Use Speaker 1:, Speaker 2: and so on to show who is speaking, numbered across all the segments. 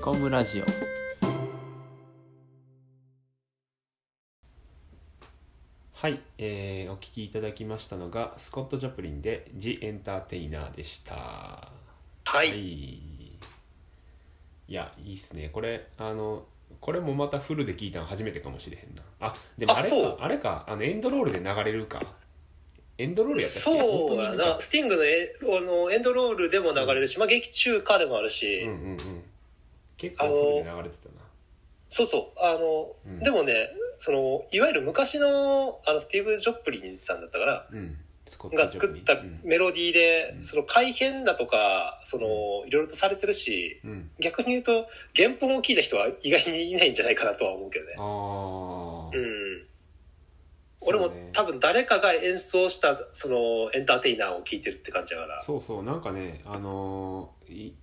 Speaker 1: コムラジオはい、えーお聞きいただきましたのがスコット・ジョプリンで「ジ・エンターテイナー」でした
Speaker 2: は、
Speaker 1: はいいやいいっすねこれあのこれもまたフルで聞いたの初めてかもしれへんなあでも
Speaker 2: あ
Speaker 1: あれ
Speaker 2: そう
Speaker 1: かあれかあのエンドロールで流れるかエンドロールやったっけ
Speaker 2: そう
Speaker 1: オープニ
Speaker 2: や
Speaker 1: ングか
Speaker 2: なスティングのエあのエンドロールでも流れるし、まあ、劇中歌でもあるし、
Speaker 1: うんうんうん結構フルで流れてたな
Speaker 2: そうそうあの、
Speaker 1: うん
Speaker 2: でもねそのいわゆる昔のあのスティーブ・ジョップリンさんだったから
Speaker 1: うんスコッ
Speaker 2: が
Speaker 1: ト・ジョプ
Speaker 2: 作
Speaker 1: リ
Speaker 2: っ
Speaker 1: ン
Speaker 2: たメロディーで、
Speaker 1: うん
Speaker 2: その改変だとかそのいろいろとされてるし
Speaker 1: うん、うん、
Speaker 2: 逆に言うと原本を聞いた人は意外にいないんじゃないかなとは思うけどね
Speaker 1: あ。あ、
Speaker 2: うん俺も
Speaker 1: そうね
Speaker 2: 多分誰かが演奏したそのエンターテイナーを聞いてるって感じだから
Speaker 1: そうそうなんかねあのー、い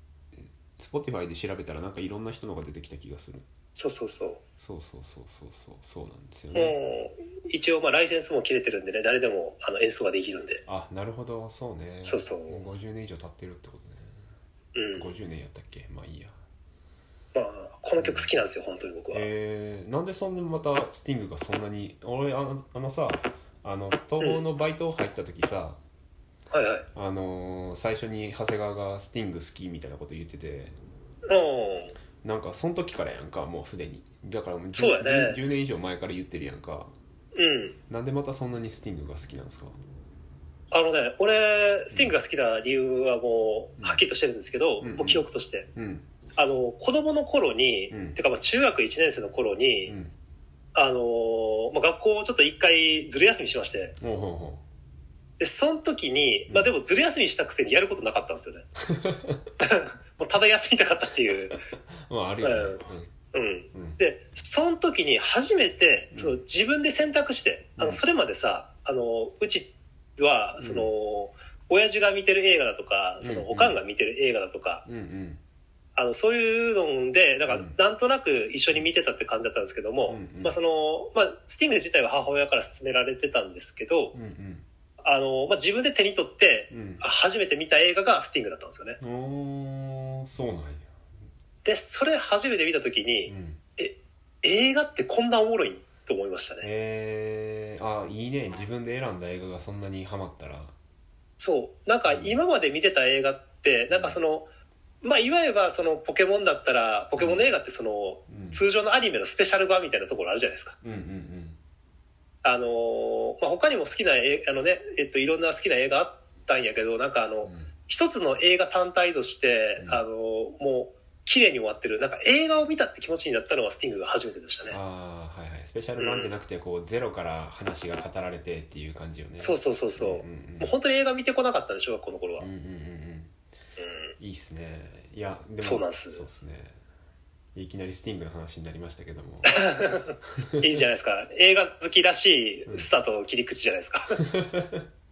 Speaker 1: Spotify で調べたらなんかいろんな人のが出てきた気がする
Speaker 2: そうそうそ
Speaker 1: そうそうそうそうそうそうなんですよ
Speaker 2: う
Speaker 1: ね、
Speaker 2: もう一応まあライセンスも切れてるんでね誰でもあの演奏ができるんで
Speaker 1: あなるほどそうね
Speaker 2: そうそう
Speaker 1: も50年以上経ってるってことね
Speaker 2: うん
Speaker 1: 50年やったっけまあいいや
Speaker 2: まあこの曲好きなんですよ本当に僕は
Speaker 1: えー、なんでそんなまたスティングがそんなに俺あのあのさあの東宝のバイト入った時さ、
Speaker 2: はいはい
Speaker 1: あのー最初に長谷川がスティング好きみたいなこと言ってて
Speaker 2: うん
Speaker 1: なんかその時からやんかもうすでにだからもう 10,
Speaker 2: そうやね
Speaker 1: 10年以上前から言ってるやんか
Speaker 2: うん
Speaker 1: なんでまたそんなにスティングが好きなんですか
Speaker 2: あのね、俺、スティングが好きな理由はも
Speaker 1: う
Speaker 2: う、
Speaker 1: ん
Speaker 2: はっきりとしてるんですけど、
Speaker 1: うん
Speaker 2: もう記憶として。
Speaker 1: うん
Speaker 2: あの、子供の頃に、
Speaker 1: うん
Speaker 2: てかまあ中学1年生の頃に、
Speaker 1: うん
Speaker 2: あの、まあ、学校をちょっと一回ずる休みしまして、
Speaker 1: おうほうほ
Speaker 2: で、その時に
Speaker 1: う、ん
Speaker 2: まあ、でもずる休みしたくせにやることなかったんですよね。 もうただ休みたかったっていう。
Speaker 1: うまああるよね
Speaker 2: うん。
Speaker 1: うんうん
Speaker 2: で、その時に初めて、
Speaker 1: うん
Speaker 2: その自分で選択して、あ
Speaker 1: うん
Speaker 2: の、それまでさ、あの、うちは、その、親父が見てる映画だとか、そ
Speaker 1: うん
Speaker 2: の、おかんが見てる映画だとか、
Speaker 1: うんうん
Speaker 2: あの、そういうので、だか
Speaker 1: うん
Speaker 2: ら、なんとなく一緒に見てたって感じだったんですけども、
Speaker 1: うんうん
Speaker 2: まあ、その、まあ、スティング自体は母親から勧められてたんですけど、
Speaker 1: うんうん
Speaker 2: あの、まあ、自分で手に取って、
Speaker 1: うん
Speaker 2: 初めて見た映画がスティングだったんですよね。
Speaker 1: おーそうなんや、
Speaker 2: で、それ初めて見た時
Speaker 1: う
Speaker 2: に、
Speaker 1: ん、
Speaker 2: 映画ってこんなおもろいと思いましたね。
Speaker 1: えー、あいいね自分で選んだ映画がそんなにハマったら
Speaker 2: そうなんか今まで見てた映画ってなんかその、まあいわゆるそのポケモンだったらポケモンの映画ってその
Speaker 1: うん
Speaker 2: 通常のアニメのスペシャル版みたいなところあるじゃないですか。
Speaker 1: うんうん
Speaker 2: あのーまあ、他にも好きな映あのね、えっと、いろんな好きな映画あったんやけどなんかあ
Speaker 1: うん
Speaker 2: の一つの映画単体として、
Speaker 1: うん
Speaker 2: あのーもう綺麗に終わってるなんか映画を見たって気持ちになったのはスティングが初めてでしたね。
Speaker 1: ああはいはいスペシャル版じゃなくてこうゼロから話が語られてっていう感じよね
Speaker 2: そうそうそうそう。
Speaker 1: んうん
Speaker 2: もう本当に映画見てこなかったんで小学校の頃は。
Speaker 1: う
Speaker 2: うん
Speaker 1: うんうんうんいいっすねいやでも
Speaker 2: そうなんす
Speaker 1: そうっすねいきなりスティングの話になりましたけども
Speaker 2: ん、いいじゃないですか。映画好きらしいスタート切り口じゃないですか。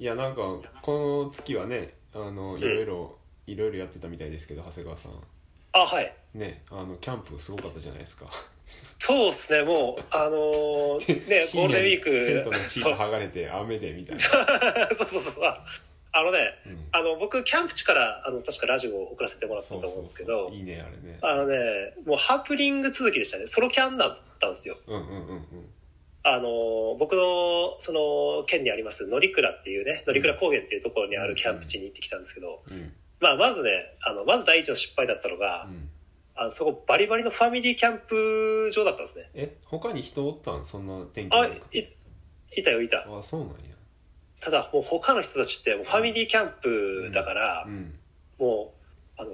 Speaker 1: いやなんかこの月はねあのいろいろいろいろやってたみたいですけど長谷川さん
Speaker 2: あはい
Speaker 1: ねあのキャンプすごかったじゃないですか
Speaker 2: そうですねもうあの ーねゴールデンウィー
Speaker 1: テント
Speaker 2: ク
Speaker 1: のシー
Speaker 2: そ
Speaker 1: ト
Speaker 2: う
Speaker 1: 剥がれて雨でみたいな、
Speaker 2: そうそうそうああのね
Speaker 1: うん
Speaker 2: あの僕キャンプ地からあの確かラジオを送らせてもらったと
Speaker 1: そう
Speaker 2: 思う
Speaker 1: そ
Speaker 2: ん
Speaker 1: う
Speaker 2: ですけ
Speaker 1: そ
Speaker 2: ど
Speaker 1: ういいねあれね
Speaker 2: あのねもうハプニング続きでしたねソロキャンだったんですよ
Speaker 1: うんうんうん
Speaker 2: あのー僕のその県にあります乗鞍っていうね乗鞍高原っていうところにあるキャンプ地に行ってきたんですけど、
Speaker 1: うんうん
Speaker 2: まあ、まずねあのまず第一の失敗だったのが、
Speaker 1: うん
Speaker 2: あのそこバリバリのファミリーキャンプ場だったんですね
Speaker 1: え他に人おったんそんな天気
Speaker 2: あ
Speaker 1: 悪く
Speaker 2: いいたよいた
Speaker 1: あそうなんや
Speaker 2: ただもう他の人たちってもうファミリーキャンプだから、
Speaker 1: うん
Speaker 2: もうあの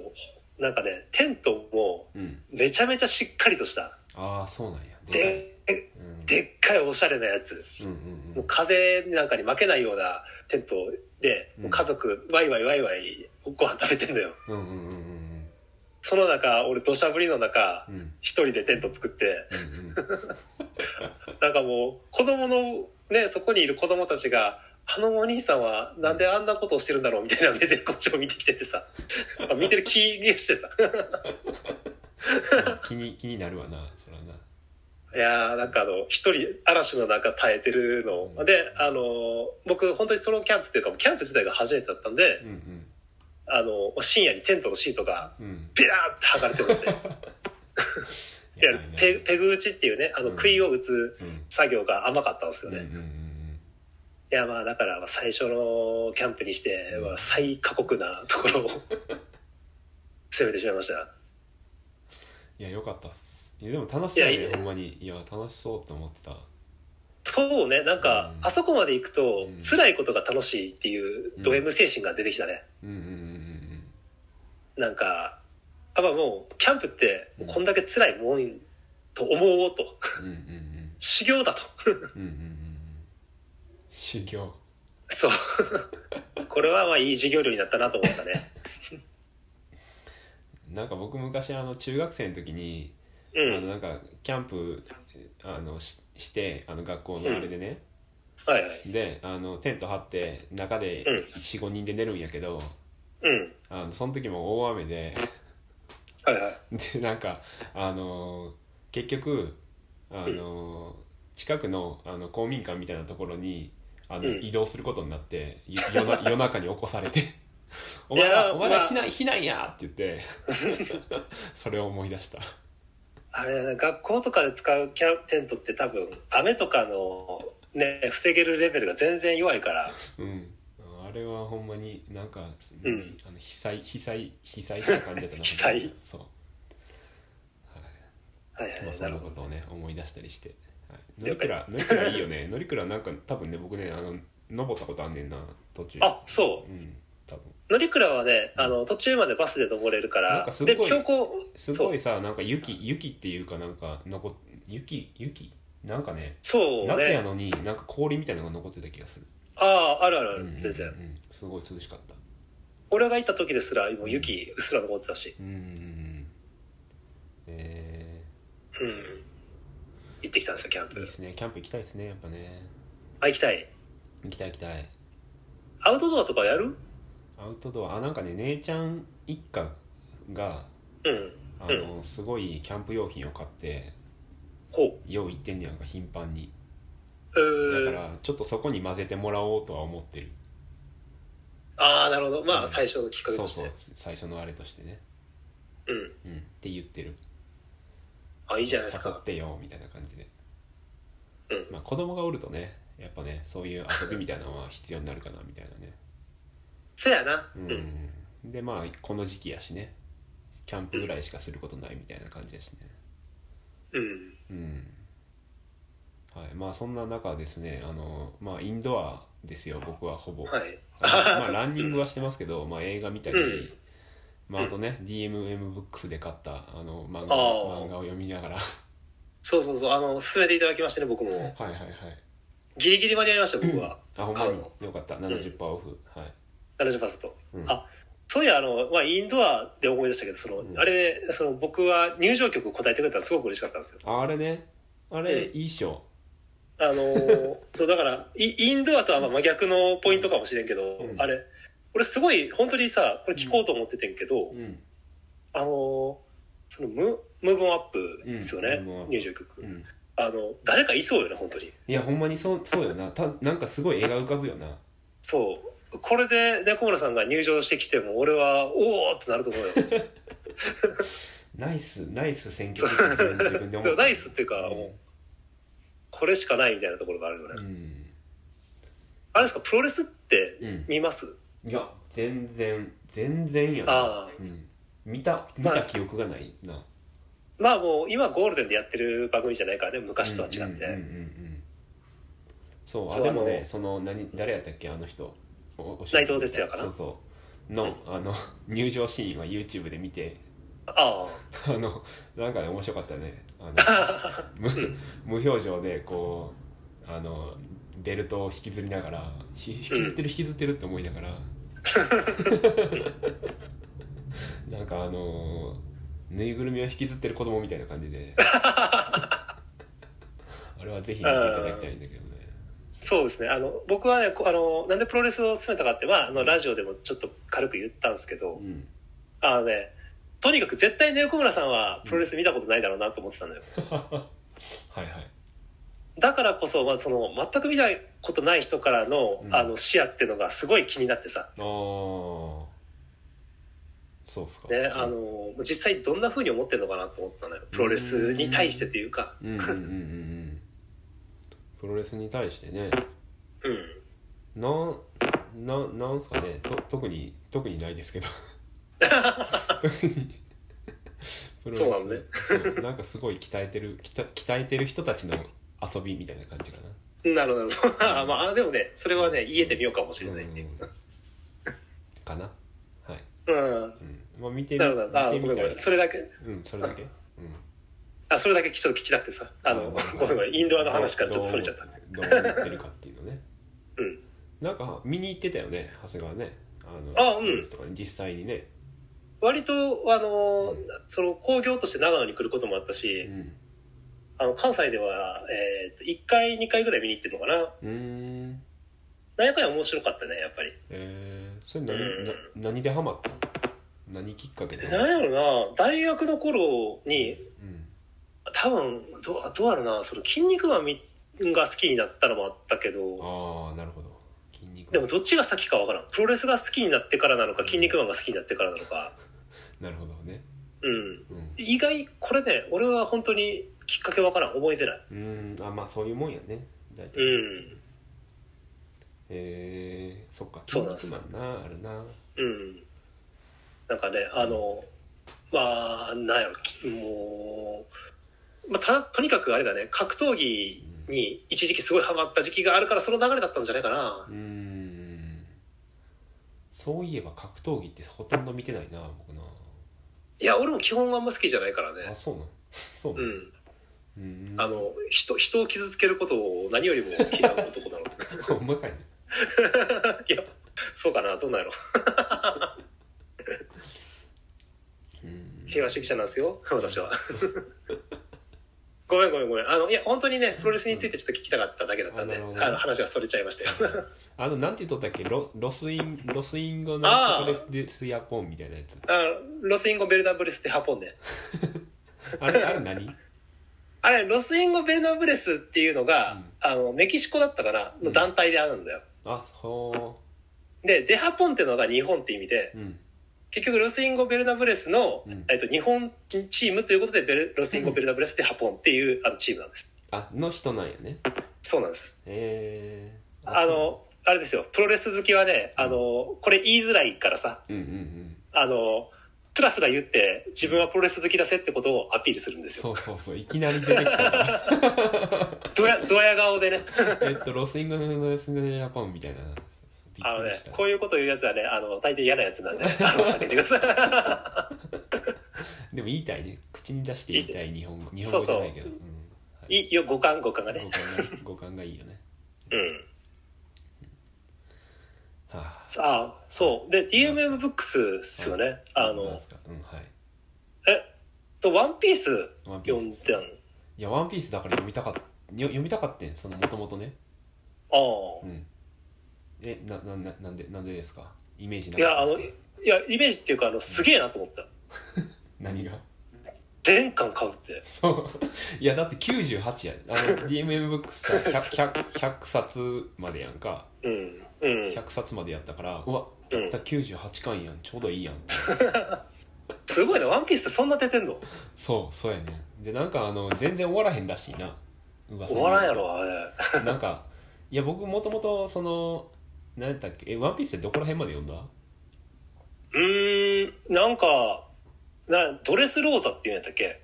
Speaker 2: なんかねテントも
Speaker 1: うん
Speaker 2: めちゃめちゃしっかりとした
Speaker 1: ああそうなんや
Speaker 2: でで
Speaker 1: かいうん
Speaker 2: でっかいおしゃれなやつ
Speaker 1: うんうんう
Speaker 2: もうん風なんかに負けないようなテントで
Speaker 1: うん
Speaker 2: もう家族ワイワイワイワイご飯食べてんのよ
Speaker 1: うんうんうんうん
Speaker 2: その中俺土砂降りの中
Speaker 1: うん
Speaker 2: 一人でテント作って
Speaker 1: うん
Speaker 2: なんかもう子供のねそこにいる子供たちがあのお兄さんはなんであんなことをしてるんだろうみたいな目でこっちを見てきててさ 見てる気がしてさ
Speaker 1: うん気に気になるわなそらない
Speaker 2: やーなんかあの一人嵐の中耐えてるの、
Speaker 1: うん
Speaker 2: であのー僕本当にソロキャンプというかもうキャンプ自体が初めてだったんで
Speaker 1: うん
Speaker 2: あの深夜にテントのシートが
Speaker 1: うん
Speaker 2: ベラーって剥がれてるんで
Speaker 1: やばい
Speaker 2: いや
Speaker 1: な
Speaker 2: ペペグ打ちっていうねあの
Speaker 1: うん
Speaker 2: 杭を打つ
Speaker 1: うん
Speaker 2: 作業が甘かったんですよね、
Speaker 1: うんうんうんうん
Speaker 2: いやまあだからまあ最初のキャンプにして
Speaker 1: うん
Speaker 2: まあ最過酷なところを 攻めてしまいました
Speaker 1: いやよかったっすいやでも楽しそうや
Speaker 2: いやい
Speaker 1: ね
Speaker 2: いね
Speaker 1: ほんまにいや楽しそうって思ってた
Speaker 2: そうねなんか
Speaker 1: うん
Speaker 2: あそこまで行くと
Speaker 1: うん
Speaker 2: 辛いことが楽しいっていうド M 精神が出てきたね
Speaker 1: うんうんうんうん
Speaker 2: なんかやっぱもうキャンプってもうこんだけ辛いもんと思おうと
Speaker 1: うんうんうん
Speaker 2: 修行だと
Speaker 1: う んうんうんうん修行
Speaker 2: そう これはまあいい授業料になったなと思ったね
Speaker 1: なんか僕昔あの中学生の時に、
Speaker 2: う
Speaker 1: あの
Speaker 2: ん
Speaker 1: なんかキャンプあのししてあの学校のあれでね、
Speaker 2: はいはい
Speaker 1: であのテント張って中で
Speaker 2: う
Speaker 1: 45人で寝るんやけど
Speaker 2: うん
Speaker 1: あのその時も大雨で
Speaker 2: はいはい
Speaker 1: でなんかあの結局あの、近くのあの公民館みたいなところにあの、
Speaker 2: うん
Speaker 1: 移動することになってゆ夜な夜中に起こされ て「お前ら
Speaker 2: いや
Speaker 1: お前ら
Speaker 2: まあ
Speaker 1: 避難,、避難や!」って言ってそれを思い出した
Speaker 2: あれだね学校とかで使うキャンテントって多分雨とかのね防げるレベルが全然弱いから
Speaker 1: うんあれはほんまになんか、
Speaker 2: うん
Speaker 1: あの被災被災被災した感じだったな
Speaker 2: 被災
Speaker 1: そう、はい
Speaker 2: はいはい
Speaker 1: まあ、そ
Speaker 2: なんる
Speaker 1: な
Speaker 2: ほ
Speaker 1: こ
Speaker 2: ど
Speaker 1: とをね思い出したりして、はい、乗
Speaker 2: 了解
Speaker 1: 鞍乗鞍いいよね乗鞍なんか多分ね僕ねあの登ったことあんねんな途中
Speaker 2: あそう
Speaker 1: うん多分
Speaker 2: 乗鞍はねあの途中までバスで登れるか
Speaker 1: なん
Speaker 2: ら
Speaker 1: かすごい
Speaker 2: で標高
Speaker 1: す
Speaker 2: そ
Speaker 1: ご
Speaker 2: う
Speaker 1: いさなんか雪雪っていうかなんか残っ雪雪なんかね
Speaker 2: そう
Speaker 1: 夏や
Speaker 2: ね
Speaker 1: のになんか氷みたいなのが残ってた気がする、
Speaker 2: あああるあるあ
Speaker 1: う
Speaker 2: る
Speaker 1: ん
Speaker 2: 全然
Speaker 1: うん、すごい涼しかった
Speaker 2: 俺が行った時ですらもう雪うっすら残ってたし
Speaker 1: うんうんうんえ
Speaker 2: うん行ってきたんですよキャン
Speaker 1: ー、いい
Speaker 2: プ
Speaker 1: ですねキャンプ行きたいですねやっぱね
Speaker 2: あ行きたい
Speaker 1: 行きたい行きたい
Speaker 2: アウトドアとかやる
Speaker 1: アウトドアあなんかね姉ちゃん一家が
Speaker 2: うん
Speaker 1: あの、すごいキャンプ用品を買って
Speaker 2: ほ
Speaker 1: よう行ってんねやんか頻繁に
Speaker 2: う
Speaker 1: だか
Speaker 2: うーん
Speaker 1: らちょっとそこに混ぜてもらおうとは思ってる
Speaker 2: ああなるほど
Speaker 1: う
Speaker 2: まあ
Speaker 1: ん
Speaker 2: 最初のきっかけ
Speaker 1: そ
Speaker 2: と
Speaker 1: う
Speaker 2: し
Speaker 1: そう
Speaker 2: て
Speaker 1: 最初のあれとしてね
Speaker 2: うん
Speaker 1: うんって言ってる
Speaker 2: あいいじゃないです
Speaker 1: 誘
Speaker 2: か
Speaker 1: ってよみたいな感じで、
Speaker 2: うん
Speaker 1: まあ子供がおるとねやっぱねそういう遊びみたいなのは必要になるかなみたいなね
Speaker 2: そやな
Speaker 1: う、
Speaker 2: うんん
Speaker 1: でまあこの時期やしねキャンプぐらいしかすることないみたいな感じやしね
Speaker 2: うん
Speaker 1: うんはいまあそんな中ですねあのまあインドアですよ僕はほぼ、
Speaker 2: はい
Speaker 1: あのまあランニングはしてますけど、まあ、映画見たり、
Speaker 2: うん
Speaker 1: まあ、あとね、DMM ブックスで買ったあの漫画
Speaker 2: あー
Speaker 1: 漫画を読みながら は
Speaker 2: そうそうそうあの進めていただきましてね僕も
Speaker 1: いはいはい
Speaker 2: ギリギリ間に合いました僕は
Speaker 1: あほんま
Speaker 2: 買う
Speaker 1: に
Speaker 2: の
Speaker 1: よかった70%オフ、はい、
Speaker 2: 70%と
Speaker 1: うん
Speaker 2: あそういやあの、まあ、インドアで思い出したけどその、
Speaker 1: うん
Speaker 2: あれその僕は入場曲を答えてくれたらすごく嬉しかったんですよ
Speaker 1: ああれねあれ、
Speaker 2: う
Speaker 1: いいっしょ
Speaker 2: あの ーそうだからイインドアとはまあ真逆のポイントかもしれんけど、
Speaker 1: うん
Speaker 2: あれ俺すごい本当にさこれ聞こうと思っててんけど、
Speaker 1: うん
Speaker 2: あのーそのムムーブンアップですよね、
Speaker 1: うんムーブンアップ
Speaker 2: 入場曲、
Speaker 1: うん
Speaker 2: あの誰かいそうよね本当に
Speaker 1: いやほんまにそうそうよなたなんかすごい絵が浮かぶよな
Speaker 2: そうこれで猫村さんが入場してきても俺はおおってなると思うよ
Speaker 1: ナイスナイス選曲って自分自分 で思っ
Speaker 2: そう
Speaker 1: た
Speaker 2: ナイスっていうか、もうこれしかないみたいなところがあるよね、
Speaker 1: うん、
Speaker 2: あれですかプロレスって
Speaker 1: うん、
Speaker 2: 見ます、
Speaker 1: いや全然全然やな
Speaker 2: ああ
Speaker 1: うん、見た見た記憶がないな、
Speaker 2: まあもう今ゴールデンでやってる番組じゃないからね昔とは違って、
Speaker 1: うんうんうんうんそう
Speaker 2: そ
Speaker 1: あ
Speaker 2: う
Speaker 1: でも
Speaker 2: あ
Speaker 1: ね
Speaker 2: の
Speaker 1: その何誰やったっけあの人おお
Speaker 2: 内藤哲也かな
Speaker 1: そうそうのあの入場シーンは YouTube で見て
Speaker 2: あ
Speaker 1: あのなんかね面白かったねあ の無無表情でこうあのベルトを引きずりながらひ引きずってる引きずってるって思いな がらなんかあのぬいぐるみを引きずってる子供みたいな感じ であれはぜひ見ていただきたいんだけどね
Speaker 2: そうですねあの僕はねこあのなんでプロレスを進めたかって、まあ、あのラジオでもちょっと軽く言ったんですけど
Speaker 1: うん
Speaker 2: あのねとにかく絶対ね横村さんはプロレス見たことないだろうなと思ってたのよ、
Speaker 1: はいはい
Speaker 2: だからこそ,、まあ、その全く見たことない人からの,、
Speaker 1: うん
Speaker 2: あの視野っていうのがすごい気になってさ
Speaker 1: あーそうっすか
Speaker 2: ね、あの実際どんな風に思ってるのかなと思ったのよプロレスに対してというか
Speaker 1: うんうんうんうんうんプロレスに対してね
Speaker 2: うん、
Speaker 1: なんななんすかねと特に特にないです けど特にプ
Speaker 2: そうなのね
Speaker 1: そうなんかすごい鍛えてる鍛鍛えてる人たちの遊びみたいな感じかな
Speaker 2: なるほどなるほどあ まあでもねそれはね言えてみようかもしれないね
Speaker 1: うんかなはい、
Speaker 2: うん、
Speaker 1: うん、まあ見てみ
Speaker 2: なるほどあ
Speaker 1: 見て
Speaker 2: ごめん
Speaker 1: み
Speaker 2: ご
Speaker 1: た
Speaker 2: め
Speaker 1: い
Speaker 2: んそれだけ
Speaker 1: うんそれだけうん
Speaker 2: あそれだけちょっと聞きたくてさあの、
Speaker 1: うん
Speaker 2: ごめんごめんインドアの話からちょっとそれちゃった
Speaker 1: どうどう思ってるかっていうのね
Speaker 2: うん
Speaker 1: なんか見に行ってたよね長谷川ねあの
Speaker 2: あうん
Speaker 1: とかね実際にね
Speaker 2: 割とあの、
Speaker 1: うん
Speaker 2: その興行として長野に来ることもあった
Speaker 1: う
Speaker 2: し、
Speaker 1: ん
Speaker 2: あの関西では、えーと1回2回ぐらい見に行ってるのかな
Speaker 1: うーん
Speaker 2: 何やかんや面白かったねやっぱり
Speaker 1: えー、それ何、
Speaker 2: うん
Speaker 1: な何でハマったの何きっかけで
Speaker 2: で何やろな大学の頃に
Speaker 1: うん
Speaker 2: 多分どうどうやろなその筋肉マンみが好きになったのもあったけど
Speaker 1: ああなるほど筋肉
Speaker 2: でもどっちが先かわからんプロレスが好きになってからなのか筋肉マンが好きになってからなのか
Speaker 1: なるほどね
Speaker 2: うん
Speaker 1: うん
Speaker 2: 意外これね俺は本当にきっかけわからん覚えてないう
Speaker 1: ーんあまあそういうもんやね大体、
Speaker 2: う
Speaker 1: え
Speaker 2: ん
Speaker 1: えー、そっか
Speaker 2: そうなんです
Speaker 1: 筋肉マンなあるな
Speaker 2: うんなんかねあのまあなんやろきもう、まあ、たとにかくあれだね格闘技に一時期すごいハマった時期があるからその流れだったんじゃないかな
Speaker 1: うーんそういえば格闘技ってほとんど見てないな僕ない
Speaker 2: や俺も基本あんま好きじゃないからね
Speaker 1: あそうなんそうな
Speaker 2: うんん
Speaker 1: うーん
Speaker 2: あの人人を傷つけることを何よりも嫌う男 だろ
Speaker 1: ほんまかいね
Speaker 2: ういやそうかなどうなんやろ
Speaker 1: うーん
Speaker 2: 平和主義者なんですよ私 はごめんごめんごめんあのいや本当にねプロレスについてちょっと聞きたかっただけだったんで
Speaker 1: あなるほど
Speaker 2: あの話がそれちゃいましたよ
Speaker 1: あのなんて言っとったっけロロスインロスインゴの
Speaker 2: あ
Speaker 1: プ
Speaker 2: ー
Speaker 1: ロレスでスヤポンみたいなやつ
Speaker 2: あのロスインゴ・ベルナブレスってハポンね
Speaker 1: あ れあれ何
Speaker 2: あれロスインゴ・ベルナブレスっていうのが、
Speaker 1: うん
Speaker 2: あのメキシコだったから
Speaker 1: う
Speaker 2: の
Speaker 1: ん
Speaker 2: 団体であるんだよ、
Speaker 1: あほ
Speaker 2: でデハポンっていうのが日本って意味で
Speaker 1: ううん
Speaker 2: 結局ロスインゴ・ベルナブレスの、
Speaker 1: うん
Speaker 2: えっと、日本チームということでベルロスインゴ・ベルナブレス・デハポンっていうあのチームなんです
Speaker 1: あの人なんやね
Speaker 2: そうなんです
Speaker 1: えー、
Speaker 2: あのあれですよプロレス好きはねあのこれ言いづらいからさ
Speaker 1: そううんうんうん
Speaker 2: あのプラスが言って自分はプロレス好きだぜってことをアピールするんです
Speaker 1: そ
Speaker 2: よ
Speaker 1: うそうそういきなり出てきたから
Speaker 2: ドヤドヤ顔でね
Speaker 1: えっとロスインゴのスネアポンみたいなそうそうび
Speaker 2: あ
Speaker 1: っ
Speaker 2: の
Speaker 1: く
Speaker 2: ね
Speaker 1: りした
Speaker 2: こういうこと言うやつはねあの大抵嫌なやつ なんであの避けてください
Speaker 1: でも言いたいね口に出して言いたい日本語日本
Speaker 2: そう
Speaker 1: 語じ
Speaker 2: そう
Speaker 1: ゃないけどうんはい
Speaker 2: い いよ五感五感がね
Speaker 1: 語感が語感がいいよね
Speaker 2: うん
Speaker 1: はあ
Speaker 2: あそうで DMM ブックスですよねあ
Speaker 1: なん
Speaker 2: の
Speaker 1: すかうんはい
Speaker 2: えと「ワンピース
Speaker 1: ワンピ
Speaker 2: 読ん
Speaker 1: ース
Speaker 2: でたの
Speaker 1: いやワンピースだから読みたかった読みたかってんそのもともとね
Speaker 2: あ
Speaker 1: うんえななななんでなんでですかイメージな
Speaker 2: あい
Speaker 1: か
Speaker 2: やあ
Speaker 1: った
Speaker 2: の
Speaker 1: ですか
Speaker 2: いやイメージっていうかあのすげえなと思った
Speaker 1: 何が
Speaker 2: 全巻買うって
Speaker 1: そういやだって98やあの DMM ブックスさ 100, 100, 100冊までやんか
Speaker 2: うんうん
Speaker 1: 100冊までやったからうわ
Speaker 2: う
Speaker 1: ま
Speaker 2: ん
Speaker 1: た98巻やんちょうどいいやんって
Speaker 2: すごいね、ワンピースってそんな出てんの
Speaker 1: そうそうやねでなんかあの全然終わらへんらしいな噂
Speaker 2: 終
Speaker 1: に
Speaker 2: わ
Speaker 1: よる
Speaker 2: ら
Speaker 1: と
Speaker 2: んやろ、あれ。
Speaker 1: なんかいや僕もともとその何やったっけえワンピースってどこら辺まで読んだ
Speaker 2: うーん、なんか、なドレスローザっていうんやったっけ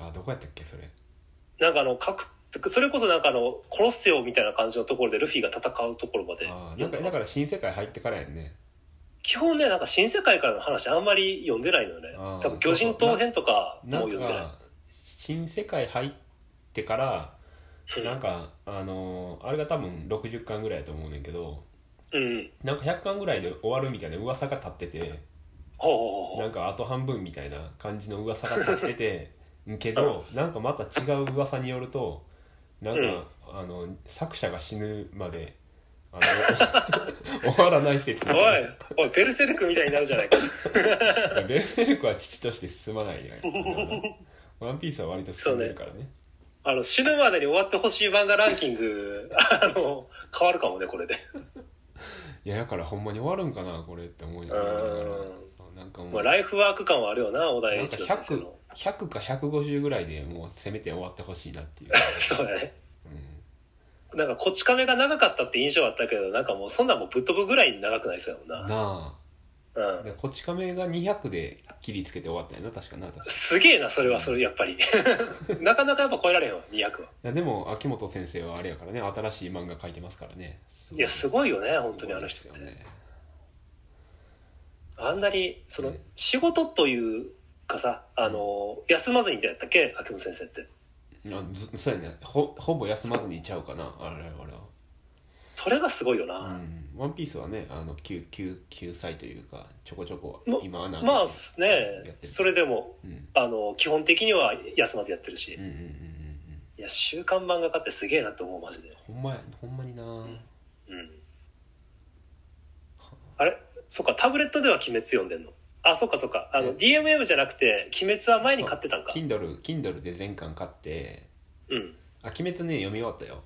Speaker 1: あどこやったっけそれ
Speaker 2: なんかあの、各、それこそなんかあの、殺せよみたいな感じのところでルフィが戦うところまで。
Speaker 1: あーなんかだから新世界入ってからやんね
Speaker 2: 基本ね、なんか新世界からの話あんまり読んでないのよね
Speaker 1: あー。
Speaker 2: 多分魚人島編とか
Speaker 1: な
Speaker 2: もうん読んでない。
Speaker 1: か新世界入ってからなんかあのーあれが多分60巻ぐらいやと思うねんけど
Speaker 2: うん。
Speaker 1: なんか100巻ぐらいで終わるみたいな噂が立ってて
Speaker 2: ほうほうほ
Speaker 1: な
Speaker 2: うん
Speaker 1: かあと半分みたいな感じの噂が立って てんけどなんかまた違う噂によるとなんか、
Speaker 2: うん
Speaker 1: あの作者が死ぬまであの 終わらない説み
Speaker 2: おい
Speaker 1: たい、
Speaker 2: おい、ベルセルクみたいになるじゃないか。
Speaker 1: なベルセルクは父として進まないね ワンピースは割と進んでるからね
Speaker 2: あの、死ぬまでに終わってほしい漫画ランキング、 あの、変わるかもね、これで。
Speaker 1: いやだからほんまに終わるんかなこれって思いながら
Speaker 2: うん
Speaker 1: そうなんかもう、
Speaker 2: まあ、ライフワーク感はあるよな、小田栄
Speaker 1: なん
Speaker 2: 一
Speaker 1: か
Speaker 2: 郎先生
Speaker 1: 100,
Speaker 2: の。
Speaker 1: 100か150ぐらいでもうせめて終わってほしいな っていう、
Speaker 2: そうだね。
Speaker 1: うん
Speaker 2: なんか、こち亀が長かったって印象あったけど、なんかもう、そんなんもうぶっ飛ぶぐらい長くないですよな。
Speaker 1: な
Speaker 2: う
Speaker 1: あ
Speaker 2: ん。
Speaker 1: でこち亀が200で切りつけて終わったよな確かな確かい
Speaker 2: すげえな、それは、それ、やっぱり。 なかなかやっぱ超えられへんわ、200は。
Speaker 1: やでも秋元先生はあれやからね新しい漫画書いてますからねす
Speaker 2: いや、すごいよね、本当
Speaker 1: す
Speaker 2: にあ
Speaker 1: ご
Speaker 2: の
Speaker 1: いです
Speaker 2: 人っ
Speaker 1: よ
Speaker 2: て。
Speaker 1: ね
Speaker 2: あんなに、その
Speaker 1: ね、
Speaker 2: 仕事というかさ、あの、休まずにみたいだったっけ秋元先生って。
Speaker 1: あずそうやねほほぼ休まずにいちゃうかなあれあれは
Speaker 2: それがすごいよな。
Speaker 1: うん、ワンピースはねあの救救救済というかちょこちょこ
Speaker 2: ま
Speaker 1: 今穴開けて
Speaker 2: まあ
Speaker 1: や
Speaker 2: ね
Speaker 1: っ、てる
Speaker 2: それでも、
Speaker 1: うん
Speaker 2: あの、基本的には休まずやってるし
Speaker 1: うん、うんうんうん
Speaker 2: いや、週刊漫画家ってすげえなって思う、マジで。
Speaker 1: うんほんまやほんまにな、
Speaker 2: うん。あれそっか、タブレットでは鬼滅読んでんの。あ、そっかそっか。あ
Speaker 1: う
Speaker 2: の、
Speaker 1: ん
Speaker 2: DMM じゃなくて、鬼滅は前に買ってたんか。
Speaker 1: Kindle Kindle で全巻買って
Speaker 2: うん。
Speaker 1: あ鬼滅ね読み終わったよ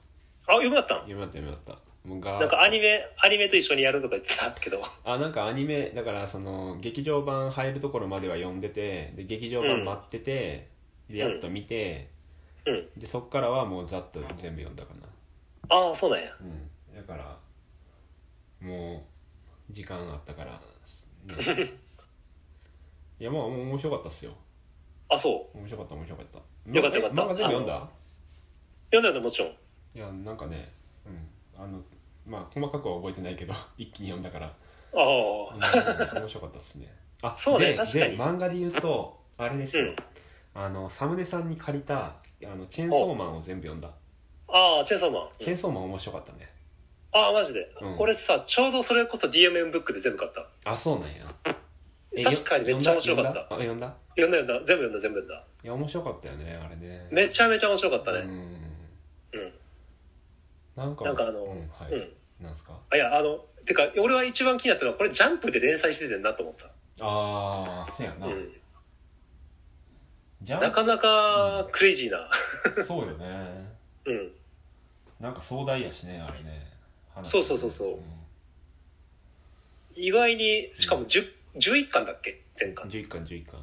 Speaker 2: あ、よかったん
Speaker 1: 読み終わった読み終わったもうが
Speaker 2: なんかアニメ、アニメと一緒にやるとか言ってたけど。
Speaker 1: あなんかアニメだからその劇場版入るところまでは読んでてで劇場版待ってて、でやっと見て、
Speaker 2: うん。
Speaker 1: でそっからはもうざっと全部読んだかな
Speaker 2: ああ、そうなんや。
Speaker 1: うんだからもう時間あったから、 ねいやまあもう面白かったっすよ
Speaker 2: あ、そう。
Speaker 1: 面白かった面白かった
Speaker 2: よかったよかった
Speaker 1: 漫画全部読ん
Speaker 2: あ
Speaker 1: だ
Speaker 2: 読んだのもちろん。
Speaker 1: いやなんかねうんあのまあ細かくは覚えてないけど 一気に読んだから
Speaker 2: ああ、
Speaker 1: うん面白かったっすねあ
Speaker 2: そうね
Speaker 1: で
Speaker 2: 確かに
Speaker 1: で漫画で言うとあれですよ、
Speaker 2: うん
Speaker 1: あのサムネさんに借りたあのチェーンソーマンを全部読んだ
Speaker 2: ああ、チェンソーマン。
Speaker 1: チェーンソーマン面白かったね
Speaker 2: ああ、マジで。
Speaker 1: うん
Speaker 2: 俺さ、ちょうどそれこそ DMM ブックで全部買った。
Speaker 1: あそうなんやえよ
Speaker 2: 確かにめっちゃ面白かった
Speaker 1: 読んだあ読んだ
Speaker 2: 読んだ読んだ、全部読んだ、全部読んだ。
Speaker 1: いや面白かったよねあれね
Speaker 2: めちゃめちゃ面白かった
Speaker 1: う
Speaker 2: ね。
Speaker 1: ん
Speaker 2: うん。
Speaker 1: なんか
Speaker 2: なんかあの
Speaker 1: うんはい
Speaker 2: うん。
Speaker 1: なんすか
Speaker 2: あいや、あの、てか、俺は一番気になったのは、これジャンプで連載しててんなと思っ
Speaker 1: ああせや
Speaker 2: た。
Speaker 1: な、
Speaker 2: うん。
Speaker 1: じゃ
Speaker 2: なかなかクレイジーな。
Speaker 1: そうよね
Speaker 2: うん。
Speaker 1: なんか壮大やしねあれね話
Speaker 2: そうそうそうそうん意外に、しかも10 11巻だっけ前巻。
Speaker 1: 11巻11巻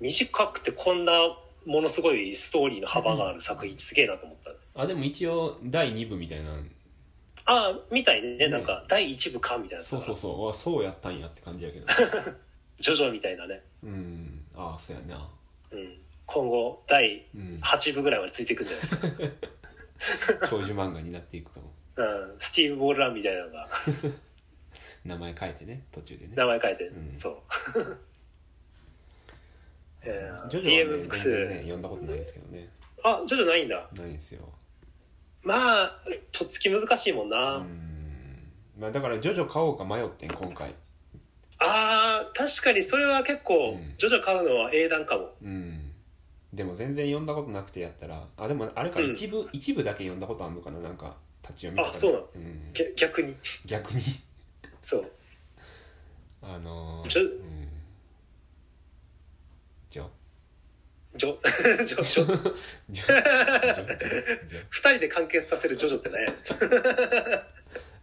Speaker 2: 短くてこんなものすごいストーリーの幅がある作品すげえなと思った。
Speaker 1: あでも一応第2部みたいな
Speaker 2: ああ、みたいね。なんか、第1部かみたいな。
Speaker 1: そうそうそうあそうやったんやって感じやけ ど
Speaker 2: ジョジョみたいなね。
Speaker 1: うんああそうやな
Speaker 2: うん。今後、第
Speaker 1: うん
Speaker 2: 8部ぐらいまでついていくんじゃな いですか。
Speaker 1: 長寿漫画になっていくかも
Speaker 2: うん。スティーブ・ボールランみたいなのが、
Speaker 1: 名前変えてね途中でね
Speaker 2: 名前変えて、
Speaker 1: うん
Speaker 2: そう。 えー
Speaker 1: ジョジョは
Speaker 2: DMX
Speaker 1: ね全然ね読んだことないですけどね
Speaker 2: あ、ジョジョないんだ。
Speaker 1: ないんですよ
Speaker 2: まあ、とっつき難しいもんな。
Speaker 1: うんまあだからジョジョ買おうか迷ってん今回
Speaker 2: ああ、確かにそれは結
Speaker 1: う
Speaker 2: 構
Speaker 1: ん、
Speaker 2: ジョジョ買うのは英断かも。
Speaker 1: うんでも全然読んだことなくてやったらあでもあれか
Speaker 2: うん
Speaker 1: 一部、一部だけ読んだことあるのかななんか立ち読みとかで
Speaker 2: あそうなの
Speaker 1: ん
Speaker 2: げ逆に。
Speaker 1: 逆に
Speaker 2: そう。
Speaker 1: あのー、
Speaker 2: ちょ
Speaker 1: うんジョ
Speaker 2: ジョ、ジョ、 ジョ、
Speaker 1: ジョジョジョジョ
Speaker 2: 二人で完結させるジョジョって何やねん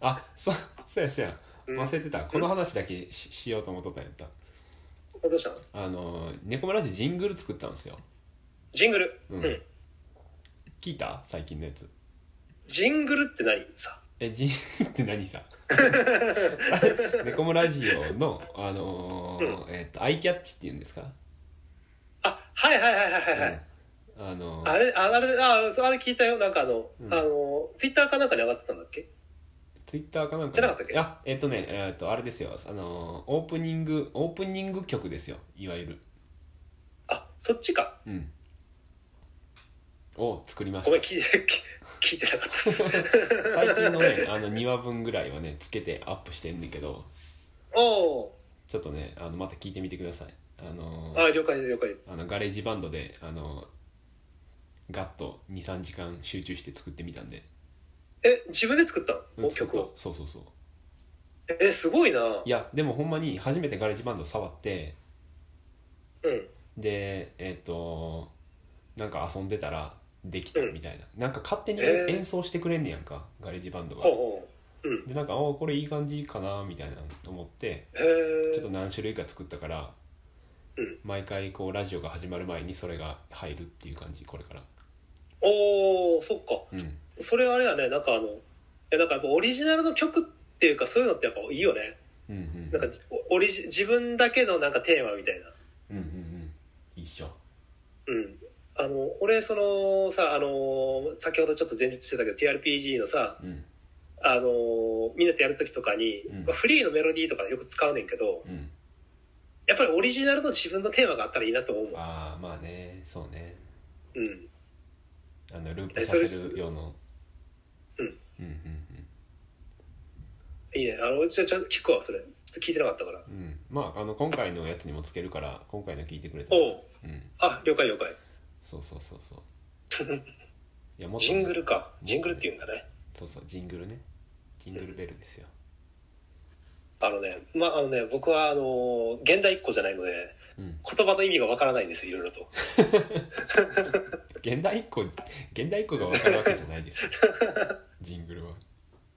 Speaker 1: あそそうやそうや
Speaker 2: うん
Speaker 1: 忘れてた、この話だけししようと思っとったんやった
Speaker 2: あどうしたの
Speaker 1: あのー猫村ラジジングル作ったんですよ
Speaker 2: ジングル。
Speaker 1: う
Speaker 2: うんん。
Speaker 1: 聞いた最近のやつ
Speaker 2: ジングルって何さ。
Speaker 1: えジン って何さネコモラジオの、あのーえっとアイキャッチっていうんですか、
Speaker 2: あ、はいはいはいはいはい。
Speaker 1: うんあのー
Speaker 2: あれ、ああれ、あ、そうあれ聞いたよ。なんかあの、
Speaker 1: うん
Speaker 2: あの、ツイッターかなんかに上がってたんだっけ
Speaker 1: ツイッターかなんか
Speaker 2: じゃなかったっけ
Speaker 1: あえっ、とねえっ、とあれですよあのーオープニングオープニング曲ですよいわゆる
Speaker 2: あ、そっちか。
Speaker 1: うんを作りまし
Speaker 2: ご
Speaker 1: た
Speaker 2: めん、聞い て、聞いてなかったです。
Speaker 1: 最近のねあの2話分ぐらいはねつけてアップしてんだけど
Speaker 2: おお。
Speaker 1: ちょっとねあのまた聞いてみてくださいあのー
Speaker 2: あ、了解了解。
Speaker 1: あのガレージバンドであのガッと23時間集中して作ってみたんで
Speaker 2: え、自分で作った
Speaker 1: うん
Speaker 2: のお
Speaker 1: 作った
Speaker 2: 曲を。
Speaker 1: そうそうそう
Speaker 2: え、すごいな。
Speaker 1: いやでもほんまに初めてガレージバンド触って
Speaker 2: うん。
Speaker 1: でえっ、となんか遊んでたらできたみたいな、なんか勝手に
Speaker 2: えー
Speaker 1: 演奏してくれんねやんかガレージバンドが
Speaker 2: ほうほうん。
Speaker 1: でなんかあこれいい感じかなみたいなと思って
Speaker 2: へえ。
Speaker 1: ちょっと何種類か作ったから、
Speaker 2: うん
Speaker 1: 毎回こうラジオが始まる前にそれが入るっていう感じこれから
Speaker 2: おお、そっか。
Speaker 1: うん
Speaker 2: それあれやね、なんかあの、えなんかやっぱオリジナルの曲っていうかそういうのってやっぱいいよね。
Speaker 1: うんうん
Speaker 2: なんかオリジ自分だけのなんかテーマみたいな。
Speaker 1: うんうんうん一緒
Speaker 2: うん。あの俺そのさあの先ほどちょっと前日してたけど TRPG のさ
Speaker 1: うん
Speaker 2: あのみんなとやる時とかに、
Speaker 1: うん
Speaker 2: フリーのメロディーとかよく使うねんけど
Speaker 1: うん
Speaker 2: やっぱりオリジナルの自分のテーマがあったらいいなと思うわ
Speaker 1: ああまあねそうね
Speaker 2: うん
Speaker 1: あのループさ
Speaker 2: えそ
Speaker 1: せ
Speaker 2: れ
Speaker 1: る用の
Speaker 2: うん
Speaker 1: うん
Speaker 2: いいねあのうちはちゃんと聞くわそれちょっと聞いてなかったから
Speaker 1: うんうんうんまああの今回のやつにもつけるから今回の聞いてくれたら
Speaker 2: おう
Speaker 1: うん
Speaker 2: あ了解了解
Speaker 1: そうそうそうそう いやもっと
Speaker 2: ジングルかジングルっていうんだね
Speaker 1: そうそうジングルねジングルベルですよ
Speaker 2: あのねまああのね僕はあの現代一個じゃないので
Speaker 1: うん
Speaker 2: 言葉の意味がわからないんですよいろいろと
Speaker 1: 現代っ子現代っ子が分かるわけじゃない ですよジングルは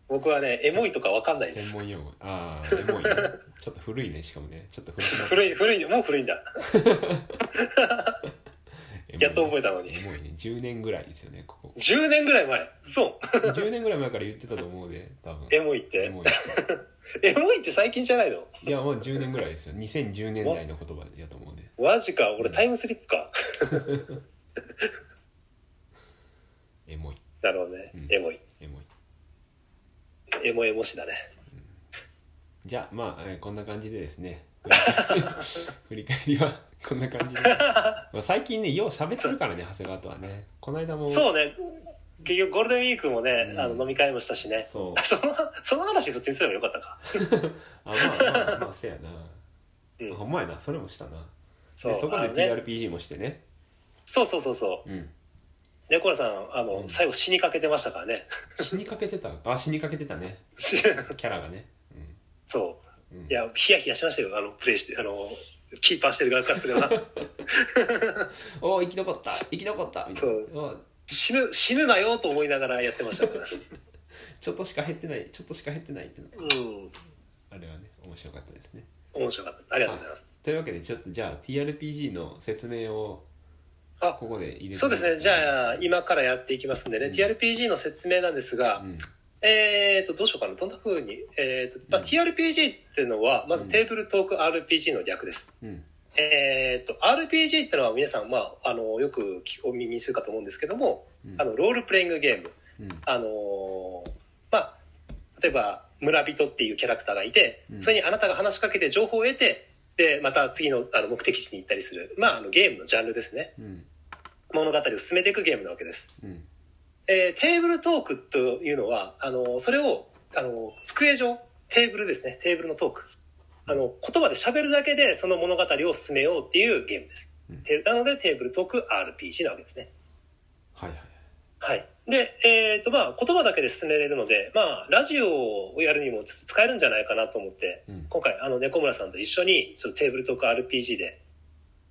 Speaker 2: 僕はねエモいとかわかんないで
Speaker 1: 専
Speaker 2: す
Speaker 1: 門用語ああエモいねちょっと古いねしかもねちょっと古くなっ
Speaker 2: 古い古いねもう古いんだ
Speaker 1: エモいね
Speaker 2: やっと覚えたのに
Speaker 1: エモいね10年ぐらいですよねここ
Speaker 2: 10年ぐらい前そう
Speaker 1: 10年ぐらい前から言ってたと思うで多分
Speaker 2: エモいって
Speaker 1: エモいって
Speaker 2: エモいって最近じゃないの
Speaker 1: いやもう10年ぐらいですよ2010年代の言葉やと思うね
Speaker 2: マジか俺タイムスリップか
Speaker 1: エモい
Speaker 2: なるほどね
Speaker 1: うん
Speaker 2: エモい
Speaker 1: エモい
Speaker 2: エモエモしだね
Speaker 1: じゃあまあ、えーこんな感じでですね 振り返りはこんな感じで、まあ、最近ねよう喋ってるからね長谷川とはねこの間も
Speaker 2: そうね結局ゴールデンウィークもね、
Speaker 1: うん
Speaker 2: あの飲み会もしたしね
Speaker 1: そう
Speaker 2: そのその話普通にすればよかったか
Speaker 1: あまあまあまあせやな、
Speaker 2: うん
Speaker 1: ほんまやなそれもしたな
Speaker 2: そ
Speaker 1: そうでそこ
Speaker 2: あ
Speaker 1: で
Speaker 2: のね
Speaker 1: TRPG もしてね
Speaker 2: そうそうそうそう
Speaker 1: うん
Speaker 2: 猫ラさんあの、
Speaker 1: うん
Speaker 2: 最後死にかけてましたからね
Speaker 1: 死にかけてたあ死にかけてたね
Speaker 2: し
Speaker 1: キャラがね
Speaker 2: そ
Speaker 1: うん、うん
Speaker 2: ういやヒヤヒヤしましたよあのプレイしてあのキーパーしてる側からすれ ば
Speaker 1: おお生き残った生き残ったみたいな
Speaker 2: そ
Speaker 1: おー
Speaker 2: 死ぬ死ぬなよと思いながらやってましたから
Speaker 1: ちょっとしか減ってないちょっとしか減ってないってな
Speaker 2: うん
Speaker 1: あれはね面白かったですね
Speaker 2: 面白かったありがとうございます、
Speaker 1: というわけでちょっとじゃあ TRPG の説明を
Speaker 2: あ
Speaker 1: ここで入れて
Speaker 2: そうですねじゃあ今からやっていきますんでね、
Speaker 1: うん
Speaker 2: TRPG の説明なんですが、
Speaker 1: うん
Speaker 2: えー、とどうしようかなどんな風にえー、と、まあ
Speaker 1: うん
Speaker 2: TRPG っていうのはまずテーブルトーク RPG の略です、
Speaker 1: うん
Speaker 2: えー、と RPG ってのは皆さん、まあ、あのよく聞お耳にするかと思うんですけども
Speaker 1: うん
Speaker 2: あのロールプレイングゲーム
Speaker 1: うん
Speaker 2: あのーまあ例えば村人っていうキャラクターがいて
Speaker 1: うん
Speaker 2: それにあなたが話しかけて情報を得てでまた次のあの目的地に行ったりする、まあ、あのゲームのジャンルですね
Speaker 1: うん
Speaker 2: 物語を進めていくゲームなわけです、
Speaker 1: うん
Speaker 2: えーテーブルトークというのはあのーそれをあのー机上テーブルですねテーブルのトークあの言葉で喋るだけでその物語を進めようっていうゲームです、
Speaker 1: うん
Speaker 2: てなのでテーブルトーク RPG なわけですね
Speaker 1: はいはい
Speaker 2: はい。で、えっ、と、まあ、言葉だけで進めれるので、まあ、ラジオをやるにもちょっと使えるんじゃないかなと思って、
Speaker 1: うん
Speaker 2: 今回、あの、猫村さんと一緒に、そのテーブルトーク RPG で、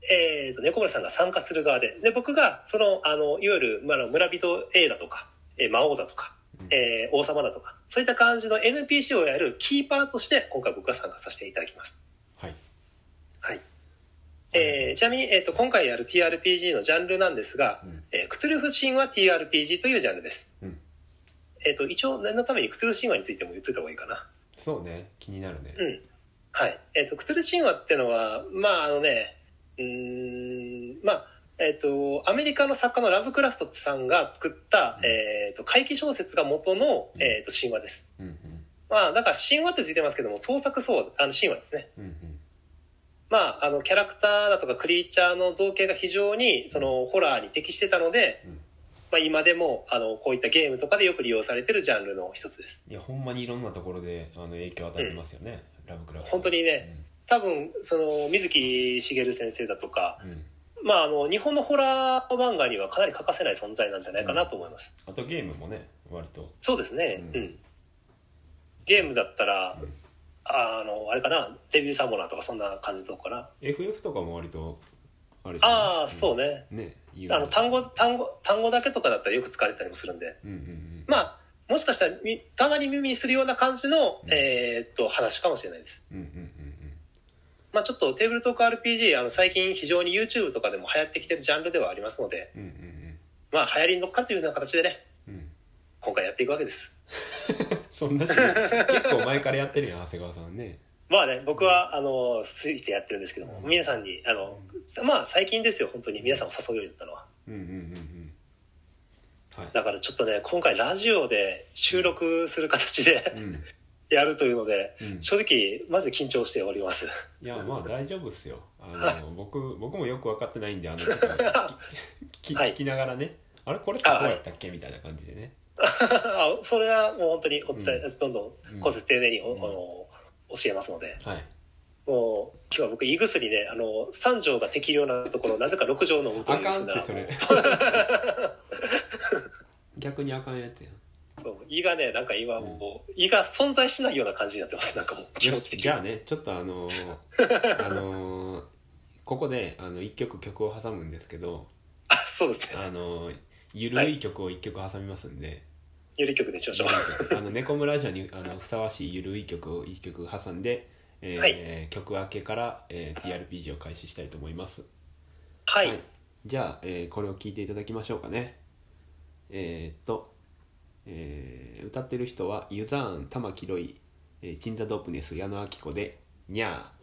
Speaker 2: えっ、と、猫村さんが参加する側で、で、僕が、その、あの、いわゆる、まああの、村人 A だとか、えー魔王だとか
Speaker 1: うん、
Speaker 2: えー王様だとか、そういった感じの NPC をやるキーパーとして、今回僕が参加させていただきます。
Speaker 1: はい
Speaker 2: はい。えーちなみに、えっ、と、今回やる TRPG のジャンルなんですが、
Speaker 1: うん
Speaker 2: えークトゥルフ神話 TRPG というジャンルです。
Speaker 1: うん
Speaker 2: えっ、と、一応、念のためにクトゥルフ神話についても言っといた方がいいかな。
Speaker 1: そうね気になるね
Speaker 2: うん。はい。えっ、と、クトゥルフ神話ってのは、まあ、あのね、うーん、まあ、えっ、と、アメリカの作家のラブクラフトさんが作った、
Speaker 1: うん
Speaker 2: えっ、と、怪奇小説が元の、
Speaker 1: うん
Speaker 2: えっ、と、神話です。
Speaker 1: うん
Speaker 2: まあ、だから神話ってついてますけども、創作そう、あの、神話ですね。
Speaker 1: うんうん
Speaker 2: まあ、あのキャラクターだとかクリーチャーの造形が非常にそのホラーに適してたので、
Speaker 1: うん
Speaker 2: まあ、今でもあのこういったゲームとかでよく利用されてるジャンルの一つです
Speaker 1: いやほんまにいろんなところであの影響を与えてますよね、ラブクラフト
Speaker 2: 本当にね多分その水木しげる先生だとか、
Speaker 1: うん、うん
Speaker 2: まあ、あの日本のホラー漫画にはかなり欠かせない存在なんじゃないかなと思います、
Speaker 1: あとゲームもね割と
Speaker 2: そうですね
Speaker 1: う
Speaker 2: うんん、ゲームだったら、
Speaker 1: うん
Speaker 2: あのあれかなデビューサモナーとかそんな感じのとこかな
Speaker 1: FF とかも割とあれ
Speaker 2: ああそう
Speaker 1: ね
Speaker 2: ね
Speaker 1: ね有名
Speaker 2: あの単語単語単語だけとかだったらよく使われたりもするんで
Speaker 1: うんうんうん
Speaker 2: まあもしかしたらみたまに耳にするような感じの、
Speaker 1: うん
Speaker 2: えーっと話かもしれないです、
Speaker 1: うんうん
Speaker 2: まあ、ちょっとテーブルトーク RPG あの最近非常に YouTube とかでも流行ってきてるジャンルではありますので、
Speaker 1: うんうんうん
Speaker 2: まあ、流行りに乗っかっているような形でね
Speaker 1: うんうん
Speaker 2: 今回やっていくわけです
Speaker 1: そんなし結構前からやってるやん長谷川さんね
Speaker 2: まあね僕はあの過ぎてやってるんですけども皆さんにあのまあ最近ですよ本当に皆さんを誘うようになったのは
Speaker 1: うんうんうんうんはい
Speaker 2: だからちょっとね今回ラジオで収録する形で
Speaker 1: うん
Speaker 2: やるというので
Speaker 1: うん
Speaker 2: 正直マジで緊張しております
Speaker 1: いやまあ大丈夫っすよあ
Speaker 2: は
Speaker 1: の僕僕もよく分かってないんであのちょっとき
Speaker 2: はい
Speaker 1: 聞きながらねあれこれってどうやったっけみたいな感じでね
Speaker 2: あそれはもう本当にお伝え、どんどん個性丁寧にお、
Speaker 1: うん
Speaker 2: あの教えますので
Speaker 1: はい
Speaker 2: もう今日は僕胃薬であの3錠が適量なところなぜか6錠飲むとい
Speaker 1: あ
Speaker 2: う
Speaker 1: か
Speaker 2: ふ
Speaker 1: ん
Speaker 2: う
Speaker 1: って
Speaker 2: な
Speaker 1: それ逆にあかんやつやん
Speaker 2: そう胃がねなんか今もう、胃が存在しないような感じになってますなんかもう気持ち的
Speaker 1: じ
Speaker 2: に
Speaker 1: ゃあねちょっとあのー あのーここであの1曲曲を挟むんですけど
Speaker 2: あそうですね
Speaker 1: あのーゆるい曲を1曲挟みますんで、
Speaker 2: ゆる曲でしましょう
Speaker 1: あの猫村ジャーにあのふさわしいゆるい曲を1曲挟んで、えー
Speaker 2: はい
Speaker 1: 曲明けから、えー TRPG を開始したいと思います
Speaker 2: はい、
Speaker 1: じゃあ、えーこれを聴いていただきましょうかねえーっと、えー歌ってる人はユザーン玉城ロイ、えー、チンザドープネス矢野明子で「にゃー」